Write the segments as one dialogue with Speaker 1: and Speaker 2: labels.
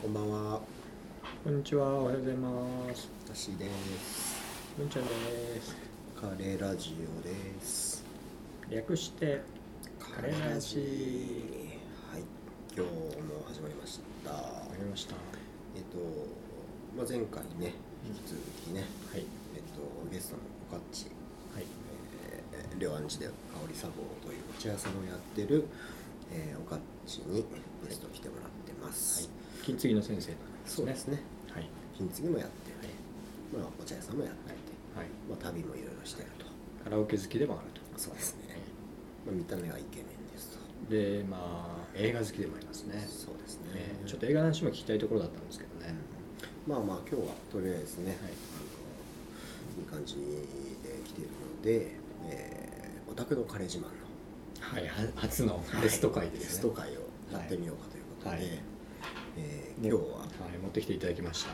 Speaker 1: こんばんは、
Speaker 2: こんにちは、おはようございます。
Speaker 1: たしです。
Speaker 2: 文ちゃんです。
Speaker 1: カレーラジオです。
Speaker 2: 略して、カレーラジ
Speaker 1: はい、今日も始まりました。
Speaker 2: りました。は
Speaker 1: えっと、まあ、前回ね、引き続きね、
Speaker 2: い。
Speaker 1: えっと、ゲストのおかっち、
Speaker 2: はい。
Speaker 1: えー、両安寺で香り茶房というお茶屋さんをやってる、えー、おかっちにゲスト来てもらってます。
Speaker 2: 金継ぎの先生、ね。
Speaker 1: そうですね。
Speaker 2: はい。
Speaker 1: 金継ぎもやって
Speaker 2: はい。
Speaker 1: て、まあ、お茶屋さんもやってて、
Speaker 2: はい。
Speaker 1: まあ、旅もいろいろしてると。
Speaker 2: カラオケ好きでもあると。
Speaker 1: そうですね。まあ、見た目はイケメンですと。
Speaker 2: で、まあ、映画好きでもありますね。
Speaker 1: そうですね
Speaker 2: ね、ちょっと映画の話も聞きたいところだったんですけどね。
Speaker 1: まあまあ今日はとりあえずね、
Speaker 2: はい
Speaker 1: あのいい感じで来ているので、えー、お宅のカレー自慢の
Speaker 2: はい、は初のゲスト会で
Speaker 1: ゲス
Speaker 2: す
Speaker 1: ト
Speaker 2: ね。
Speaker 1: 会をやってみようかということで、
Speaker 2: はい
Speaker 1: えー
Speaker 2: ね
Speaker 1: 今日は
Speaker 2: はい、持ってきていただきました。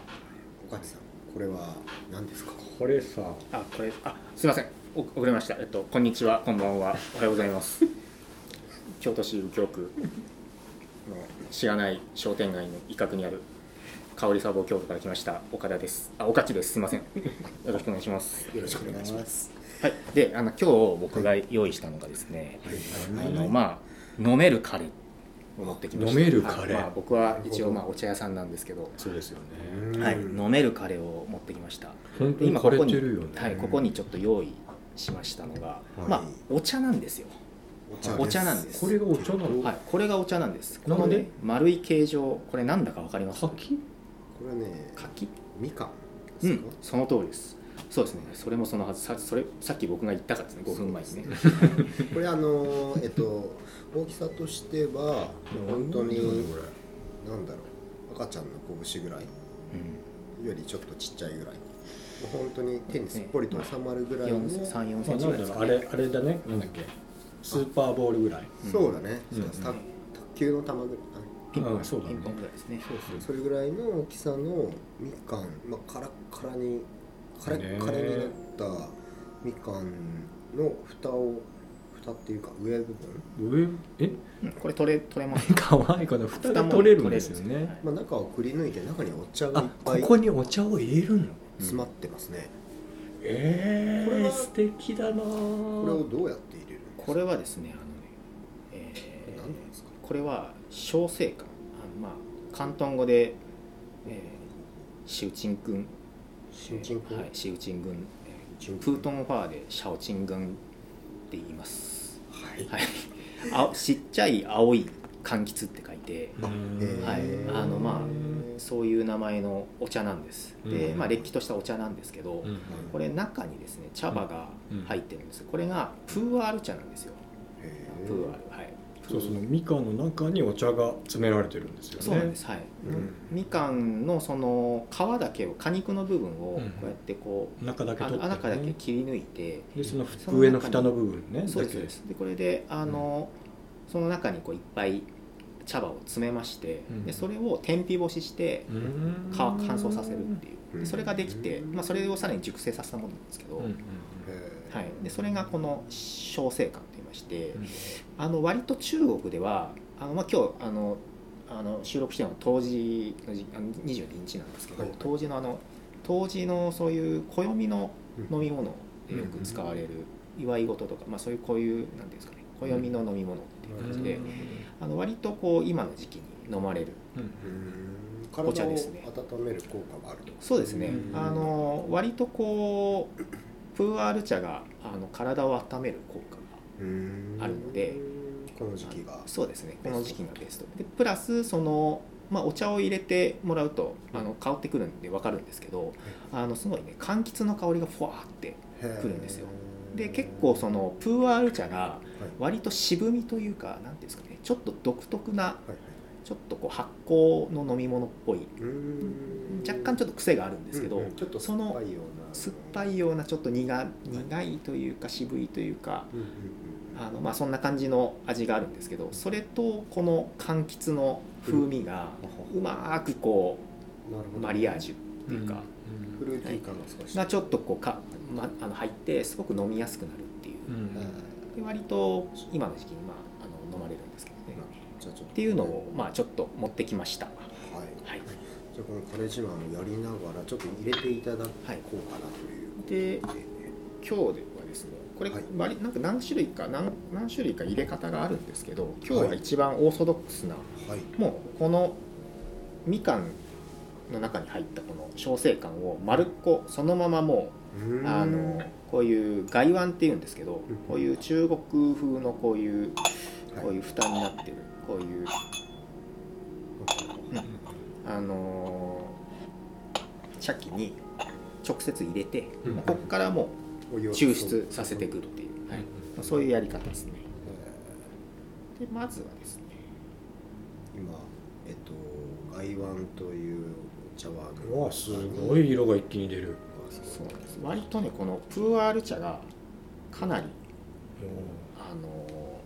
Speaker 1: 岡地さんこれは何ですか
Speaker 2: これさ、
Speaker 3: あ、これ、あ、すみません。お遅れました。えっと、こんにちは、こんばんは、おはようございます。京都市右京区の知らない商店街の一角にある香りサボ京都から来ました岡田です。あ、岡地です。すみません。よろしくお願いします。
Speaker 1: よろしくお願いします
Speaker 3: はい。で、あの今日僕が用意したのがですね、
Speaker 1: はい
Speaker 3: あのまあ飲めるカレーを持ってきました。
Speaker 2: 飲めるカレー
Speaker 3: あまあ僕は一応まあお茶屋さんなんですけど、
Speaker 2: そうですよね。
Speaker 3: はい、飲めるカレーを持ってきました。
Speaker 2: 本当に
Speaker 3: 今
Speaker 2: 枯
Speaker 3: ここ
Speaker 2: れ
Speaker 3: に
Speaker 2: てるよね。
Speaker 3: はい、ここにちょっと用意しましたのが、
Speaker 1: い
Speaker 3: まあお茶なんですよ、
Speaker 1: です
Speaker 3: お茶なんです
Speaker 2: これがお茶なの。
Speaker 3: はい、これがお茶なんです
Speaker 2: な
Speaker 3: こ
Speaker 2: んで
Speaker 3: のね丸い形状これなんだかわかります
Speaker 2: 柿。
Speaker 1: これはね
Speaker 3: 柿
Speaker 1: みかん
Speaker 3: う
Speaker 1: です
Speaker 3: ん
Speaker 1: か、
Speaker 3: その通りですそうですねそれもそのはずさそれさっき僕が言ったからですね5分前にね
Speaker 1: これあのーえっと大きさとしては本当に
Speaker 2: これ
Speaker 1: なんだろう赤ちゃんの拳ぐらいよりちょっとちっちゃいぐらいもう本当に手にすっぽりと収まるぐらいの、
Speaker 3: うん、34
Speaker 2: ま
Speaker 3: セ
Speaker 2: あ、
Speaker 3: ンチ
Speaker 2: なんだ
Speaker 3: ぐらいで
Speaker 2: ろ
Speaker 3: す
Speaker 2: う
Speaker 3: か、
Speaker 2: あ
Speaker 3: ね
Speaker 2: れあれだねなんだっけスーパーボールぐらい
Speaker 1: そうだね、
Speaker 2: うん
Speaker 1: た卓球の球ぐらいあ
Speaker 3: ピンポン、
Speaker 2: うんそうだね
Speaker 3: ピンポンぐらいですね
Speaker 1: それぐらいの大きさのみかん、まあ、カラッカラにカラ
Speaker 2: ね
Speaker 1: ッ
Speaker 2: え
Speaker 1: カラになったみかんの蓋を蓋っていうか上部分、
Speaker 2: 上え
Speaker 3: うんこれ取れ取れます
Speaker 2: 可愛いこの蓋
Speaker 3: 蓋
Speaker 2: が
Speaker 3: も
Speaker 2: 取れるんですよ
Speaker 3: 取れるん
Speaker 2: ね
Speaker 3: で
Speaker 1: まあ、中をくり抜いて中にお茶がい
Speaker 2: あ
Speaker 1: っ
Speaker 2: こ
Speaker 1: ぱい
Speaker 2: こにお茶を入れるの
Speaker 1: 詰まってますね、
Speaker 2: え
Speaker 1: これは
Speaker 2: 素敵だなこ
Speaker 1: これをどうやって入れるの
Speaker 3: これはですねあの、え
Speaker 1: 何
Speaker 3: ー
Speaker 1: なんですか
Speaker 3: これは小生館あのまあ広東語で、えー、シウチン君
Speaker 1: シウチン君
Speaker 3: はい、シウチン軍、え
Speaker 1: シウチン
Speaker 3: ー、
Speaker 1: 君
Speaker 3: プートンファーでシャオチン軍って言います、
Speaker 1: はい
Speaker 3: はい、あちっちゃい青い柑橘って書いて
Speaker 1: あ
Speaker 3: はい
Speaker 1: へー
Speaker 3: あのまそういう名前のお茶なんですで、まあ、れっきとしたお茶なんですけど、これ中にですね茶葉が入ってるんですこれがプーアール茶なんですよ
Speaker 1: へ
Speaker 3: プ
Speaker 1: ー
Speaker 3: ーアールはい
Speaker 2: そうそのみかんの中にお茶が詰められてるんですよね
Speaker 3: そうなんですはい
Speaker 1: うん
Speaker 3: みかんのその皮だけを果肉の部分
Speaker 2: う
Speaker 3: をこ
Speaker 2: ん
Speaker 3: うやってこう、
Speaker 2: 中だけ
Speaker 3: あ
Speaker 2: 取って、
Speaker 3: の
Speaker 2: ね、
Speaker 3: 中だけ切り抜いて
Speaker 2: でその
Speaker 3: その中に
Speaker 2: 上の蓋の部分ね
Speaker 3: そうですそう
Speaker 2: だけ
Speaker 3: ですでこれであの、その中にこういっぱい茶葉を詰めまして、
Speaker 2: うん
Speaker 3: でそれを天日干しして
Speaker 2: うーん
Speaker 3: 皮乾燥させるっていううんでそれができて、まあ、それをさらに熟成させたものなんですけど、
Speaker 2: うんうん
Speaker 1: へー
Speaker 3: はい、でそれがこの小生館と言いまして
Speaker 2: うん
Speaker 3: あの割と中国ではあの、まあ、今日あのあの収録してるのは冬至のじあの22日なんですけど、
Speaker 1: はい
Speaker 3: 冬至のあの冬至のそういう暦の飲み物でよく使われる祝い事とか、まあ、そういうこういうなんていうんですかね暦の飲み物っていう感じで、
Speaker 2: うん
Speaker 3: あの割とこう今の時期に飲まれる
Speaker 2: うん
Speaker 1: うん体
Speaker 3: お茶
Speaker 1: を
Speaker 3: ですね
Speaker 1: 温める効果があると
Speaker 3: そうですね、
Speaker 2: うん
Speaker 3: あの割とこうプーアール茶があの体を温める効果があるので
Speaker 1: この時期が
Speaker 3: そうですねこの時期がベストでプラスその、まあ、お茶を入れてもらうとあの香ってくるんで分かるんですけどあのすごいね柑橘の香りがふわーって
Speaker 1: 来
Speaker 3: るんですよで結構そのプーアール茶が
Speaker 1: はい
Speaker 3: 割と渋みというかなんていうんですかねちょっと独特な
Speaker 1: はいはい
Speaker 3: ちょっとこう発酵の飲み物っぽい
Speaker 1: うん
Speaker 3: 若干ちょっと癖があるんですけど、
Speaker 1: うんうんちょっと
Speaker 3: そ
Speaker 1: 酸っぱ
Speaker 3: の
Speaker 1: いような
Speaker 3: 酸っぱいようなちょっと苦苦いというか渋いというか
Speaker 1: うんうん
Speaker 3: あのまあそんな感じの味があるんですけどそれとこの柑橘の風味が
Speaker 1: う
Speaker 3: うまーくこ
Speaker 1: んなる
Speaker 3: う
Speaker 1: ほど
Speaker 3: マリアージュっていうか、
Speaker 1: フルーティー感が少し
Speaker 3: がちょっとこうか、ま、あの入ってすごく飲みやすくなるっていう
Speaker 2: うんうん
Speaker 1: はい
Speaker 3: で割と今の時期にまああの飲まれるんですけどね
Speaker 1: じゃあちょっと
Speaker 3: っていうのをまあちょっと持ってきました
Speaker 1: はい
Speaker 3: はい
Speaker 1: じゃあこのカレー自慢をやりながらちょっと入れていただこうかなということ
Speaker 3: で今日はですねこれ、
Speaker 1: はい
Speaker 3: 割りなんか何種類か何何種類か入れ方があるんですけど今日ははい一番オーソドックスな、
Speaker 1: はい
Speaker 3: もうこのみかんの中に入ったこの小生感を丸っこそのままも
Speaker 1: うー
Speaker 3: うんあのこういう外腕っていうんですけど
Speaker 1: うん
Speaker 3: こういう中国風のこういう
Speaker 1: はい
Speaker 3: こういう蓋になってるこういう
Speaker 2: うん
Speaker 3: あのー、茶器に直接入れて、
Speaker 2: うん
Speaker 3: もうここからも
Speaker 1: お湯
Speaker 3: う
Speaker 1: を
Speaker 3: 抽出させていくっていう、はいまあそういうやり方ですねでまずはですね
Speaker 1: 今えっと外湾というお茶碗
Speaker 2: うわすごい色が一気に出る
Speaker 3: そうなんです割とねこのプーアール茶がかなりあの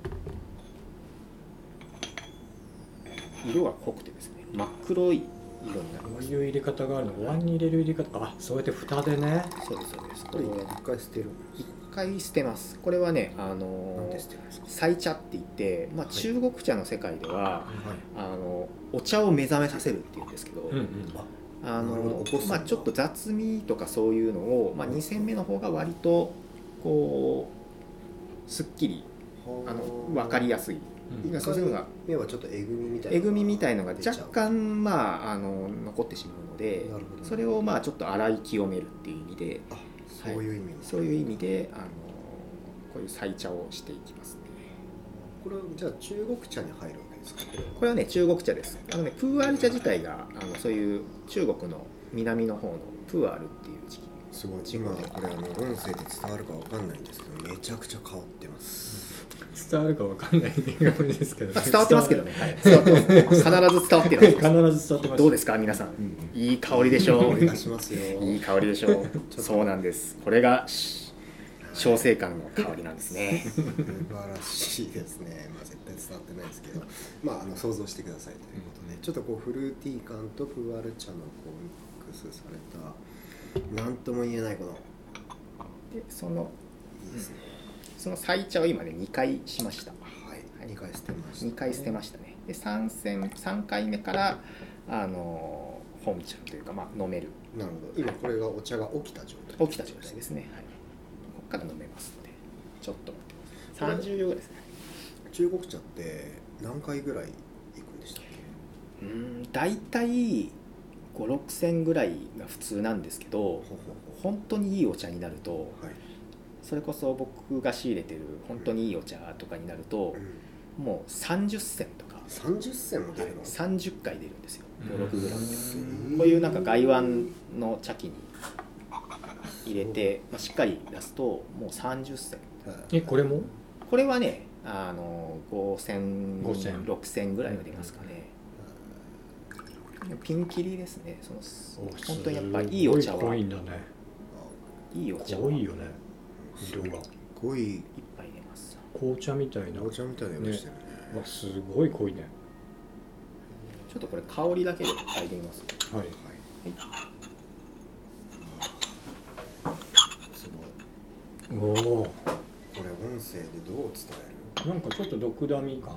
Speaker 3: ー色が濃くてですね真っ黒い色になる
Speaker 2: こういう入れ方があるのお椀に入れる入れ方あそうやって蓋でね
Speaker 3: そうですそうですこ
Speaker 1: こ
Speaker 3: れ
Speaker 1: れ一回捨てるんです
Speaker 3: 一回捨てますこれはねあ
Speaker 1: なん
Speaker 3: の
Speaker 1: で
Speaker 3: ー
Speaker 1: 捨てるんですか
Speaker 3: 採茶って言って、まあ、
Speaker 1: はい
Speaker 3: 中国茶の世界では、
Speaker 1: はい
Speaker 3: あのお茶を目覚めさせるっていうんですけど、
Speaker 2: うんうん
Speaker 3: あ
Speaker 1: なるほど
Speaker 3: の
Speaker 1: 起こすんだ
Speaker 3: まあ、ちょっと雑味とかそういうのを、まあ、2煎目の方が割とこうすっきりあの分かりやすい
Speaker 2: うん
Speaker 3: 今そういうのが
Speaker 1: 目はちょっとえぐみみたいな
Speaker 3: えぐみみたいのが
Speaker 1: 出ちゃ
Speaker 3: 若
Speaker 1: う
Speaker 3: 干、まあ、あの残ってしまうので
Speaker 1: なるほど
Speaker 3: それをまあちょっと洗い清めるっていう意味で
Speaker 1: あそういう意味なんです
Speaker 3: そういう意味であのこういう採茶をしていきますね
Speaker 1: これはじゃあ中国茶に入るわけですかこれは
Speaker 3: これはね中国茶ですあの、ね、プーアール茶自体があのそういう中国の南の方のプーアールっていう 時期
Speaker 1: すごい今これあの音声で伝わるかわかんないんですけどめちゃくちゃ香ってます
Speaker 2: 伝わるかわかんないっていう感じですけど、
Speaker 3: まあ伝わってますけどね、はい、伝わってます必ず伝わってるんです
Speaker 2: 伝わる必ず伝わってます
Speaker 3: どうですか皆さん
Speaker 2: うん
Speaker 3: いい香りでしょ
Speaker 1: 香り
Speaker 3: う
Speaker 1: がしますよ
Speaker 3: いい香りでし ょうそうなんですこれがし小生感の香りなんですね
Speaker 1: 素晴らしいですね、まあ、絶対伝わってないですけど、まあ、あの想像してくださいということで、ちょっとこうフルーティー感とプーアル茶のこうミックスされたなんとも言えないこの
Speaker 3: でその
Speaker 1: いいですね、
Speaker 3: その採茶を今ね2回しました
Speaker 1: はい2回捨てました
Speaker 3: 2回捨てましたねで3戦3回目からあの本茶というか、まあ、飲める
Speaker 1: なるほど今これがお茶が起きた状態
Speaker 3: 起きた状態ですね、はい、ここから飲めますのでちょっと待ってください30秒ぐらいですね
Speaker 1: 中国茶って何回ぐらい行くんでしたっけ
Speaker 3: うーん大体56銭ぐらいが普通なんですけど
Speaker 1: ほうほう
Speaker 3: 本当にいいお茶になると
Speaker 1: ほうはい、
Speaker 3: それこそ僕が仕入れてる本当にいいお茶とかになると
Speaker 1: うん、
Speaker 3: もう30銭とか
Speaker 1: 30銭も出るの、
Speaker 3: 30回出るんですよ
Speaker 2: うん
Speaker 3: 56グラムですす
Speaker 1: ご
Speaker 3: こういうなんか外腕の茶器に入れて、まあ、しっかり出すともう30銭
Speaker 2: えこれも
Speaker 3: これはねあの5000
Speaker 2: 5000
Speaker 3: 6000ぐらいは出ますかねピンキリですねその本当にやっぱいいお茶
Speaker 2: すご
Speaker 3: はい
Speaker 2: 濃いんだね
Speaker 3: いいお茶は
Speaker 2: 濃いよね色が
Speaker 1: すごい
Speaker 3: いっぱい出ます
Speaker 2: 紅茶みたいな
Speaker 1: お茶みたいな色してるね
Speaker 2: うわすごい濃いね
Speaker 3: ちょっとこれ香りだけで嗅いでみます
Speaker 2: は
Speaker 1: は
Speaker 2: い
Speaker 1: いすごい
Speaker 2: おお
Speaker 1: これ音声でどう伝える
Speaker 2: なんかちょっと毒ダミ感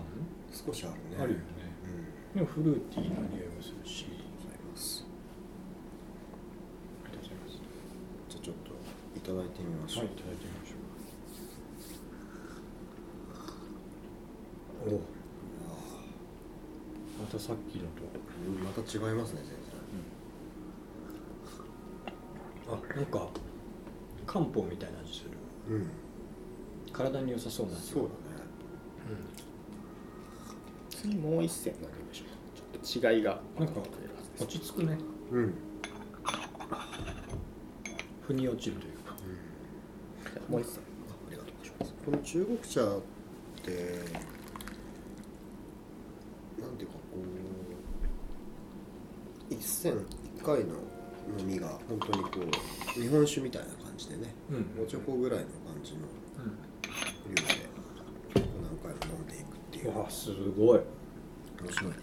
Speaker 1: 少しあるね
Speaker 2: あるよね
Speaker 1: うん
Speaker 2: でもフルーティーな匂いもするし
Speaker 1: ございます
Speaker 2: ありがとうございます
Speaker 1: じゃあちょっといただいてみましょ
Speaker 2: は
Speaker 1: う、
Speaker 2: いいただいてみましょうおおまたさっきの
Speaker 1: うんまた違いますね先
Speaker 2: とあなんか漢方みたいな味する
Speaker 1: 生うん
Speaker 2: 体に良さそうな味
Speaker 1: そうだね
Speaker 3: 次もう一銭飲んでみましょうかちょっと違いが
Speaker 2: なんか
Speaker 3: 出るはずです
Speaker 2: 落ち着くね
Speaker 1: うん、
Speaker 2: 腑に落ちるというか
Speaker 3: もう一銭
Speaker 1: ありがとうございますこの中国茶ってなんていうかこう一銭一回の飲みが本当にこう日本酒みたいな感じでね
Speaker 2: うん
Speaker 1: おちょこぐらいの感じの
Speaker 2: う
Speaker 1: 量で結構何回も飲んでいくっていう
Speaker 2: わすごい
Speaker 1: 面白いね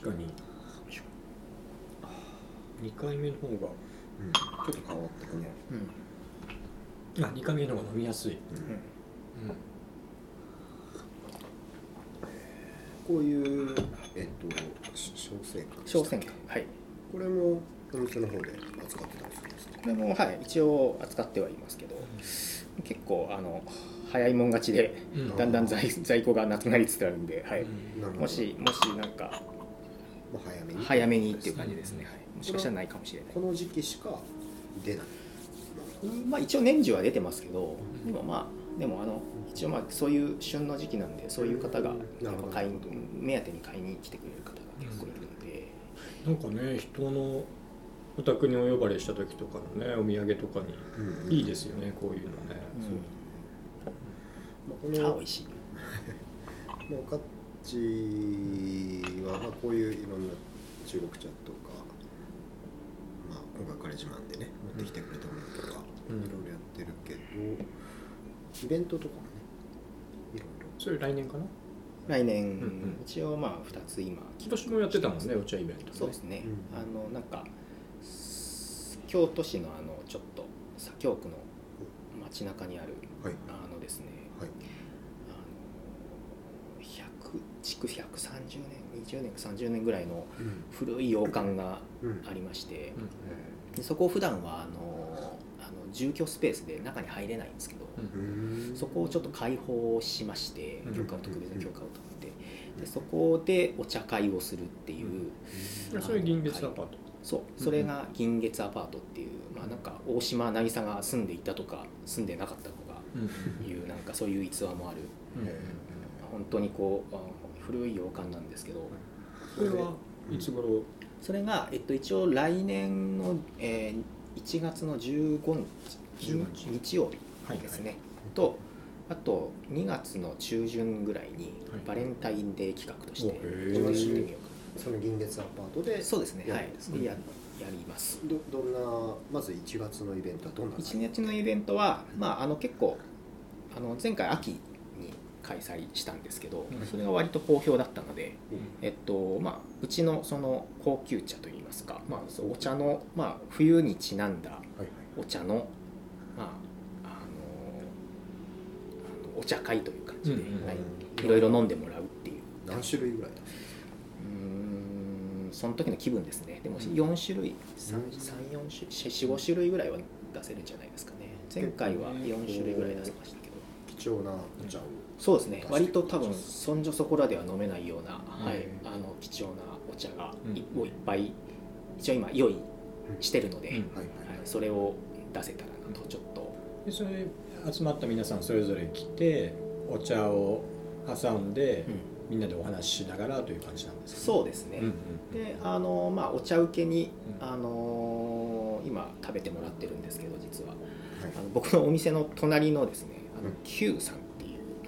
Speaker 2: 確かに2回目の方
Speaker 1: うん、ちょっと変わってるね、
Speaker 3: うん
Speaker 2: があ2回目の方が飲みやすい、
Speaker 1: うん
Speaker 3: う
Speaker 1: こういう、えっと、小生館
Speaker 3: 商船かはい
Speaker 1: これもお店の方で扱ってたりするんですか
Speaker 3: これもはい一応扱ってはいますけど結構あの早いもん勝ちで
Speaker 2: うん
Speaker 3: だんだん在在庫がなくなりつつあるんで、はい、
Speaker 1: なるほど
Speaker 3: もしもしなんか
Speaker 1: まあ早めに
Speaker 3: 早めにっていう感じですね、はい、もしかしたらないかもしれない
Speaker 1: この時期しか出ない
Speaker 3: うんまあ一応年中は出てますけどでもまあでもあの一応まあそういう旬の時期なんでそういう方が
Speaker 1: なる
Speaker 3: やっ
Speaker 1: ほど
Speaker 3: ぱ買いに目当てに買いに来てくれる方が結構いるので、
Speaker 2: なんかね人のお宅にお呼ばれした時とかのねお土産とかにいいですよねこういうのね
Speaker 1: まあこ
Speaker 3: うんあ
Speaker 1: の
Speaker 3: 美味しい
Speaker 1: まあ、カッチはまあこういういろんな中国茶とか、まあ、今回彼自慢でね持ってきてくれたものとか、
Speaker 2: うん
Speaker 1: いろいろやってるけどイベントとかもねいろいろ
Speaker 2: それ来年かな
Speaker 3: 来年、
Speaker 2: んうん
Speaker 3: 一応まあ2つ今
Speaker 2: 今年もやってたもんねお茶イベントね
Speaker 3: そうですね、
Speaker 1: うん
Speaker 3: あのなんかす京都市のあのちょっと左京区の街中にある
Speaker 1: はい
Speaker 3: あのですね
Speaker 1: はい
Speaker 3: あの100築130年20年か30年ぐらいの
Speaker 1: うん
Speaker 3: 古い洋館が
Speaker 1: うん
Speaker 3: ありまして
Speaker 2: うん
Speaker 3: でそこを普段はあのあの住居スペースで中に入れないんですけど、
Speaker 1: うん
Speaker 3: そこをちょっと開放しまして
Speaker 2: うん
Speaker 3: 許可を特別な許可を取ってでそこでお茶会をするっていう、
Speaker 2: うんそれ銀月アパート
Speaker 3: そうそれが銀月アパートっていう、まあ、なんか大島渚が住んでいたとか住んでなかったとか
Speaker 2: うん
Speaker 3: いうなんかそういう逸話もある
Speaker 2: うん
Speaker 1: え
Speaker 3: 本当にこうあ古い洋館なんですけど
Speaker 2: それはいつ頃
Speaker 3: それが、えっと、一応来年の、えー1月の15日
Speaker 2: 15日
Speaker 3: 日曜日ですね、とあと2月の中旬ぐらいに
Speaker 2: はい
Speaker 3: バレンタインデー企画とし
Speaker 2: おへ
Speaker 3: てち
Speaker 2: ー
Speaker 3: ょっとやってみようか
Speaker 1: その銀月アパート
Speaker 3: な
Speaker 1: で
Speaker 3: そうですね
Speaker 1: や
Speaker 3: は
Speaker 1: る
Speaker 3: い
Speaker 1: んです
Speaker 2: か
Speaker 3: でややります
Speaker 1: どどんなまず1月のイベントはどんな
Speaker 3: 1日のイベントは、まあ、あの結構あの前回秋に開催したんですけど
Speaker 2: うん
Speaker 3: それが割と好評だったので、
Speaker 1: うん
Speaker 3: えっとまあ、うちのその高級茶といいますか、まあ、そうお茶の、まあ、冬にちなんだ
Speaker 1: はい
Speaker 3: お茶の,、まあ、あのあのお茶会という感じで、
Speaker 2: うんうん
Speaker 3: はい
Speaker 1: うん
Speaker 3: いろいろ飲んでもらうっていう
Speaker 1: 何種類ぐらいだ
Speaker 3: うーんその時の気分ですねでも
Speaker 2: うん
Speaker 3: 4種類
Speaker 1: うん
Speaker 3: 34種45種類ぐらいは出せるんじゃないですかね前回は4種類ぐらい出せましたけど
Speaker 1: 貴重なお茶を、
Speaker 3: そうですね
Speaker 1: 確かに
Speaker 3: 割と多分そんじょそこらでは飲めないような、
Speaker 2: うん
Speaker 3: はい、あの貴重なお茶が
Speaker 2: うん
Speaker 3: いをいっぱい一応今用意してるので、
Speaker 2: うん
Speaker 1: はいはい
Speaker 3: はい、それを出せたらなとちょっと
Speaker 2: でそれ集まった皆さんそれぞれ来てお茶を挟んで、みんなでお話ししながらという感じなんですか
Speaker 3: そうですね、
Speaker 2: うんうん
Speaker 3: であのまあお茶受けに
Speaker 2: うん
Speaker 3: あの今食べてもらってるんですけど実は
Speaker 1: はい
Speaker 3: あの僕のお店の隣のですねあの
Speaker 1: うん
Speaker 3: Q さんっていうあ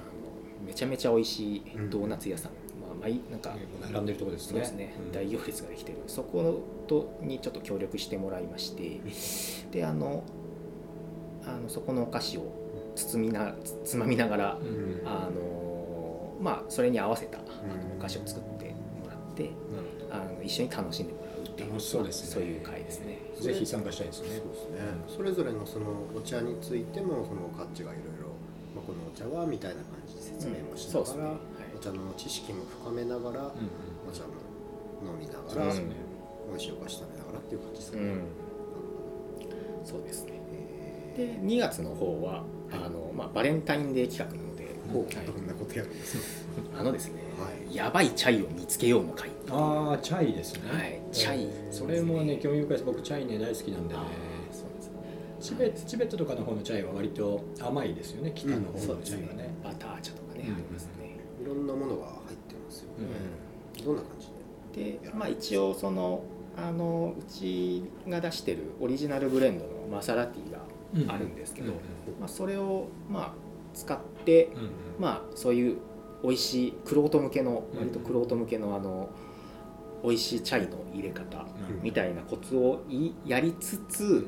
Speaker 3: のめちゃめちゃ美味しいドーナツ屋さん、まあ毎なんか、
Speaker 2: 並んでるとこですね
Speaker 3: そうですね、
Speaker 2: うん
Speaker 3: 大行列ができてるそことにちょっと協力してもらいましてであのあのそこのお菓子を包みなつつまみながら、
Speaker 2: うんうん
Speaker 3: あのまあそれに合わせたあ
Speaker 1: う
Speaker 3: の
Speaker 1: ん
Speaker 3: お菓子を作ってもらって、あの一緒に楽しんでもらうっていう
Speaker 2: 楽しそうですね
Speaker 3: そういう会ですね
Speaker 2: ぜひ参加したいです
Speaker 1: そうで
Speaker 2: ね
Speaker 1: すね、それぞれのそのお茶についてもそのカッチがいろいろ、まあ、このお茶はみたいな感じで説明もしな
Speaker 3: うんそうで
Speaker 1: が
Speaker 3: すね
Speaker 1: ら、
Speaker 3: はい
Speaker 1: お茶の知識も深めながら、
Speaker 2: うんうん
Speaker 1: お茶も飲みな
Speaker 2: そ
Speaker 1: が
Speaker 2: う
Speaker 1: ら、
Speaker 2: で
Speaker 1: おい
Speaker 2: すね
Speaker 1: 美味しいお菓子食べながらっていう感じです
Speaker 3: う
Speaker 1: かね、
Speaker 3: んそうですね
Speaker 1: え
Speaker 3: で2月の方はあの、まあ、バレンタインデー企画なので、
Speaker 1: ーほう
Speaker 3: はい
Speaker 1: どんなことやるんですか
Speaker 3: あのですね、
Speaker 1: はい
Speaker 3: やばいチャイを見つけようの会
Speaker 2: ああチャイですね
Speaker 3: はい、チャイ、
Speaker 2: それもね興味深いです僕チャイね大好きなんでね
Speaker 3: あーそうですね
Speaker 2: チベチベットとかの方のチャイは割と甘いですよね北の方
Speaker 3: そう
Speaker 2: の
Speaker 3: で
Speaker 2: チ
Speaker 3: す
Speaker 2: ャイは
Speaker 3: ね
Speaker 2: ね、
Speaker 3: バター茶とかね、
Speaker 2: うん
Speaker 3: ありますね。
Speaker 1: いろんなものが入ってますよ
Speaker 2: うん
Speaker 1: ね、どんな感じで
Speaker 3: で、まあ、一応、その、あの、うちが出してるオリジナルブレンドのマサラティが
Speaker 2: うん
Speaker 3: あるんですけど、
Speaker 2: うん
Speaker 3: まあ、それを、まあ、使って、
Speaker 2: うんうん
Speaker 3: まあ、そういう。美味しいクロート向けの割とクロート向けのあの美味しいチャイの入れ方
Speaker 2: うん
Speaker 3: みたいなコツをいやりつ
Speaker 2: うん
Speaker 3: つ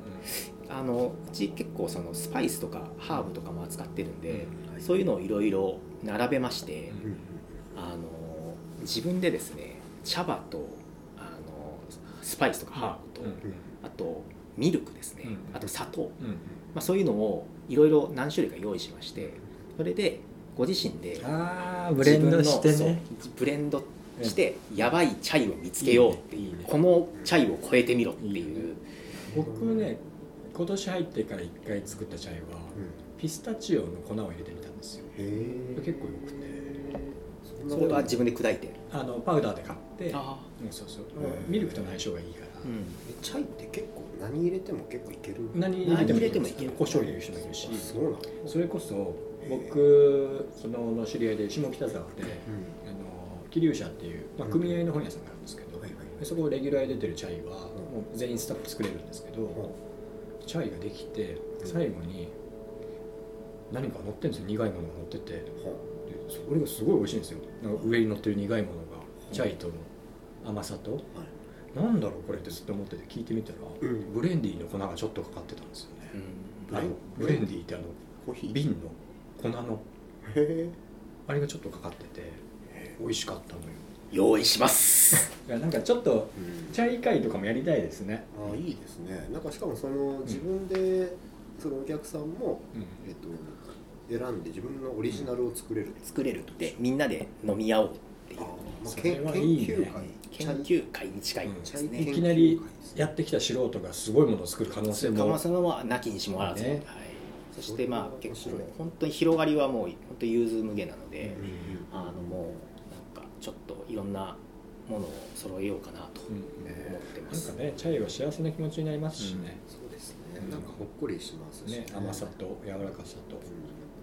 Speaker 3: あのうち結構そのスパイスとかハーブとかも扱ってるんで、そういうのをいろいろ並べまして、
Speaker 2: うん
Speaker 3: あの自分でですね茶葉とあのスパイスとかハーブと、
Speaker 2: うん
Speaker 3: あとミルクですね、
Speaker 2: うん
Speaker 3: あと砂糖、
Speaker 2: うん
Speaker 3: まあ、そういうのをいろいろ何種類か用意しましてそれでご自身で
Speaker 2: ああブレンドして
Speaker 3: 自分
Speaker 2: ね
Speaker 3: のそうブレンドしてやばいチャイを見つけようっていうこのチャイを超えてみろっていう
Speaker 2: 僕ね今年入ってから1回作ったチャイはピスタチオの粉を入れてみたんですよ
Speaker 1: へえ
Speaker 2: 結構よくて
Speaker 1: そんな
Speaker 3: そ
Speaker 1: こ
Speaker 3: れ
Speaker 1: と
Speaker 3: は自分で砕いて
Speaker 2: あのパウダーで買って
Speaker 3: あ
Speaker 2: うんそうそう
Speaker 1: うん
Speaker 2: ミルクとの相性がいいから、
Speaker 1: えチャイって結構何入れても結構いける
Speaker 2: 何入れてもいい
Speaker 3: 何入れてもいける
Speaker 2: 胡椒入れる人もいるし
Speaker 1: あそうなの
Speaker 2: それこそ僕そのの知り合いで下北沢で、あの桐生社っていう、まあ、組合の本屋さんがあるんですけど、
Speaker 1: はいはい
Speaker 2: でそこレギュラーで出てるチャイは、
Speaker 1: うん
Speaker 2: もう全員スタッフ作れるんですけど、チャイができて
Speaker 1: うん
Speaker 2: 最後に何か乗ってるんですよ苦いものが乗っててで
Speaker 1: は
Speaker 2: それがすごい美味しいんですよなんか上に乗ってる苦いものがチャイとの甘さと、なんだろうこれってずっと思ってて聞いてみたら、
Speaker 1: うん
Speaker 2: ブレンディーの粉がちょっとかかってたんですよね、
Speaker 1: うん
Speaker 2: あのブ
Speaker 1: ブ
Speaker 2: レ
Speaker 1: レ
Speaker 2: ンディーってあの
Speaker 1: コーヒーへ
Speaker 2: 瓶の粉の
Speaker 1: え
Speaker 2: あれがちょっとかかってて美味しかったのよ
Speaker 3: 用意します
Speaker 2: いやなんかちょっとチャイ会とかもやりたいですね、
Speaker 1: ああいいですねなんかしかもその自分でそのお客さんもえっと選んで自分のオリジナルを作れる
Speaker 3: 作れるってみんなで飲み合おうっていう
Speaker 1: ああまあ
Speaker 2: そ
Speaker 1: け
Speaker 2: れ
Speaker 1: 研
Speaker 2: はいいね
Speaker 1: 究会チ
Speaker 3: 研
Speaker 1: ャイ
Speaker 3: 究会に近いんで
Speaker 1: チ
Speaker 3: す
Speaker 1: ャイ
Speaker 3: ね
Speaker 1: 研
Speaker 2: い
Speaker 1: 究
Speaker 2: き
Speaker 1: 会
Speaker 2: なり
Speaker 1: ですね
Speaker 2: やってきた素人がすごいものを作る可能性
Speaker 3: かま
Speaker 2: も
Speaker 3: さのはなきにしもあらず、
Speaker 2: ね
Speaker 3: はい、そしてまあ
Speaker 1: そ
Speaker 3: 結構
Speaker 1: れは面白い
Speaker 3: 本当に広がりはもう本当融通無下なので、
Speaker 1: うんうん
Speaker 3: あのもうなんかちょっといろんなものを揃えようかなと
Speaker 2: うん
Speaker 3: 思ってま
Speaker 2: なん
Speaker 3: す、
Speaker 2: かねチャイは幸せな気持ちになりますしね,、
Speaker 1: そうですねなんかほっこりしますし
Speaker 2: ね甘さと柔らかさと、
Speaker 1: うん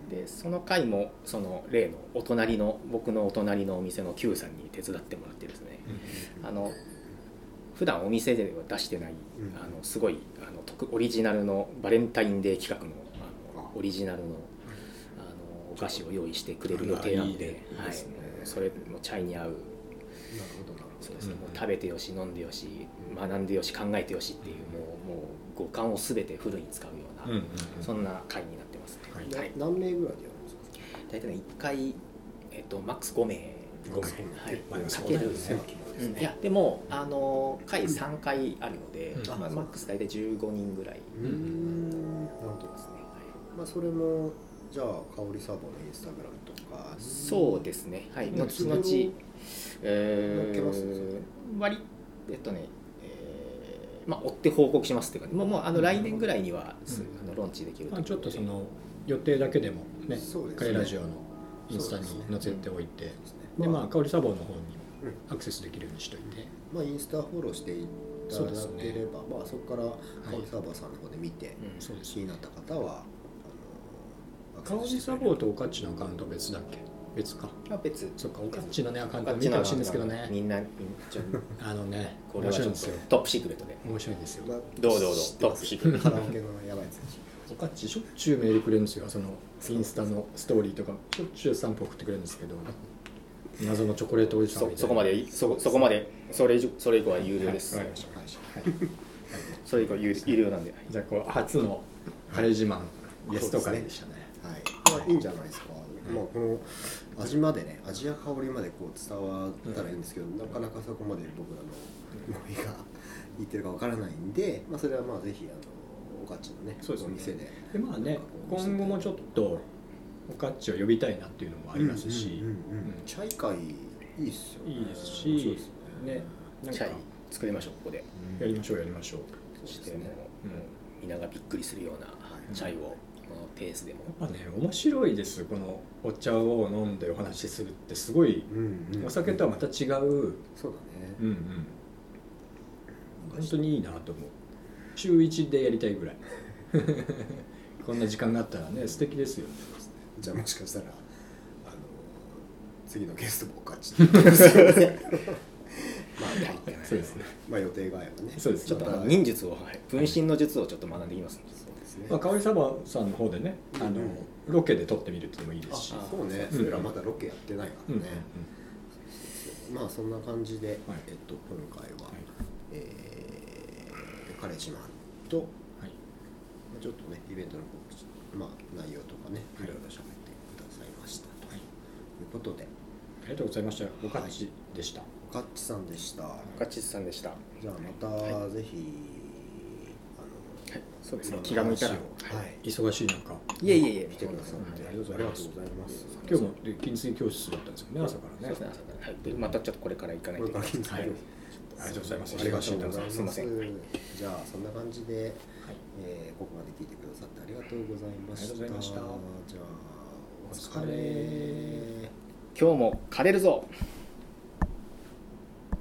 Speaker 3: でその回もその例のお隣の僕のお隣のお店の Q さんに手伝ってもらってですねあの普段お店では出してない、
Speaker 1: うん
Speaker 3: あのすごいあの特オリジナルのバレンタインデー企画のあの
Speaker 1: あ
Speaker 3: オリジナルのあのお菓子を用意してくれる予定なので
Speaker 2: いいね
Speaker 3: はい
Speaker 2: いですね
Speaker 3: それもチャイに合う
Speaker 1: なるほどなるほ
Speaker 3: そうですね、
Speaker 2: うん
Speaker 3: もう食べてよし飲んでよし学んでよし考えてよしっていうもうもう五感を全てフルに使うような、
Speaker 2: うんうん
Speaker 3: そんな会になってますね、
Speaker 2: はい
Speaker 1: ど
Speaker 3: はい
Speaker 1: な何名ぐらいでやるんですか
Speaker 3: 大体ね1回、えっと、マックス5名
Speaker 2: ごめん
Speaker 3: はい
Speaker 2: まあ
Speaker 3: か
Speaker 2: そう
Speaker 3: け
Speaker 2: だよ
Speaker 3: る
Speaker 2: ね
Speaker 1: 狭き門です
Speaker 3: いやでもあの回3回あるので、
Speaker 2: うん
Speaker 3: まあ、マックス大体15人ぐらいで
Speaker 1: うーんなるほど
Speaker 3: すね、はい
Speaker 1: まあそれもじゃあ香りサーボのインスタグラムとか
Speaker 3: そうですねはい
Speaker 2: うん
Speaker 3: 後々
Speaker 1: それを
Speaker 3: え
Speaker 1: 乗っけます
Speaker 3: ー割りえっとねえーまあ追って報告しますっていうかもうもうあの来年ぐらいにはす
Speaker 2: うん
Speaker 3: あのローンチできる
Speaker 2: ま
Speaker 3: と
Speaker 2: あ、ちょっとその予定だけでもね
Speaker 1: そうですね
Speaker 2: カレラジオのインスタに載せておいてで,、
Speaker 1: ですね
Speaker 2: まあ香りサボの方に
Speaker 1: うん
Speaker 2: アクセスできるようにしといて、
Speaker 1: まあインスタフォローしていただければ、まあそこから香りサーバーさんの方で見て、
Speaker 3: うん
Speaker 2: そうです
Speaker 1: 気になった方はあ
Speaker 2: 香
Speaker 1: の
Speaker 2: りサボとオカッチのアカウント別だっけ別か
Speaker 3: まあ別
Speaker 2: そっかオカッチのねアカウント
Speaker 3: あ
Speaker 2: 見てほしいんですけど
Speaker 3: 違うなみ
Speaker 2: ね
Speaker 3: んなみんちょ
Speaker 2: あのね
Speaker 3: これ
Speaker 2: 面
Speaker 3: はち
Speaker 2: 白い
Speaker 3: ょ
Speaker 2: んで
Speaker 3: っ
Speaker 2: す
Speaker 3: と
Speaker 2: よ
Speaker 3: トップシークレットで
Speaker 2: 面白いんですよ
Speaker 3: どうぞどう ぞ
Speaker 1: トッ
Speaker 3: トップシークレッ
Speaker 1: カラオケのやばいやつでし
Speaker 2: オカッチしょっちゅうメールくれるんですよそのインスタのストーリーとかしょっちゅう散歩送ってくれるんですけど謎のチョコレートおじさんみ
Speaker 3: そ
Speaker 2: たいな
Speaker 3: そこまでそそこまでそれ以上それ以降は有料です、
Speaker 2: はいわかりました
Speaker 1: ょ
Speaker 3: それ以降有有料なんで
Speaker 2: じゃあこう初のカレー自慢ゲストカレーでしたね
Speaker 1: はい、まあ、いいんじゃないですか、まあ、この味までね味や香りまでこう伝わったらいいんですけど、なかなかそこまで僕らの思いが言ってるかわからないんで、まあ、それはまあぜひあのおかっちのね
Speaker 2: そうです
Speaker 1: お
Speaker 2: ね
Speaker 1: 店で
Speaker 2: でまあね今後もちょっとオカッチを呼びたいなっていうのもありますし、
Speaker 1: うんうんうんうん
Speaker 2: うん
Speaker 1: チャイ会いいっすよね
Speaker 2: いいですし
Speaker 1: 面白いっすね
Speaker 2: ねなん
Speaker 3: チ
Speaker 2: か
Speaker 3: ャイ作りましょうここで
Speaker 2: やりましょうやりましょう
Speaker 3: そして
Speaker 1: そう
Speaker 3: も
Speaker 1: です
Speaker 3: う
Speaker 1: ね
Speaker 2: うん
Speaker 3: 皆がびっくりするようなチャイをこのペースでも
Speaker 2: やっぱね面白いですこのお茶を飲んでお話しするってすごい
Speaker 1: うんうん
Speaker 2: お酒とはまた違う、
Speaker 1: そう
Speaker 2: うんうん本当にいいなと思う週1でやりたいぐらい こんな時間があったらね素敵ですよね
Speaker 1: だねじゃあもしかしたらあの次のゲストもおかっ ちって言って ますよねまあまあ
Speaker 2: そうですね、
Speaker 1: まあ予定があればね
Speaker 2: そうです
Speaker 1: ちょっ
Speaker 3: あ
Speaker 1: と
Speaker 3: の忍術をはい分身の術をちょっと学んできます
Speaker 1: そうですね
Speaker 2: まあ、香りサバさんの方でねあの、
Speaker 1: うんうん
Speaker 2: ロケで撮ってみるっていうのもいいで
Speaker 1: あ
Speaker 2: すし、
Speaker 1: そうね、
Speaker 2: うん
Speaker 1: それらまだロケやってないか
Speaker 2: う
Speaker 1: ら
Speaker 2: ん
Speaker 1: ね、まあそんな感じで、
Speaker 2: はい
Speaker 1: えっと、今回は、
Speaker 2: はい
Speaker 1: えー、彼氏マンと、
Speaker 2: はい
Speaker 1: まあちょっとねイベントの告知、まあ、内容とかねい
Speaker 2: はい
Speaker 1: ろいろ喋ってくださいましたと、
Speaker 2: はい
Speaker 1: い、うことで
Speaker 2: ありがとうございましたおかっちでした、
Speaker 1: ガッチさんでした
Speaker 3: ガチスさんでした
Speaker 1: じゃあまた、
Speaker 3: は
Speaker 1: ぜひあの、
Speaker 3: はいそうですね
Speaker 1: 今の話を
Speaker 3: 気が向いたら
Speaker 1: はい
Speaker 2: 忙しい中
Speaker 3: いえいえいえ
Speaker 1: 来てくださって
Speaker 2: ありがとうございます
Speaker 1: ありがとうございます
Speaker 2: 今日もで金水教室だったんですよね朝から
Speaker 3: そう
Speaker 2: ね
Speaker 3: ですね朝からはいでまたちょっとこれから行かない
Speaker 1: ことれ
Speaker 3: いけ
Speaker 1: か
Speaker 3: な
Speaker 1: ら
Speaker 3: い
Speaker 1: 金曜日
Speaker 2: はいありがとうございます
Speaker 1: ありがとうございます
Speaker 3: すいませんはい
Speaker 1: じゃあそんな感じで、
Speaker 2: はい
Speaker 1: えーここまで聞いてくださってありがとうございました
Speaker 2: ありがとうございました
Speaker 1: じゃあお疲れ
Speaker 3: 今日も枯れるぞ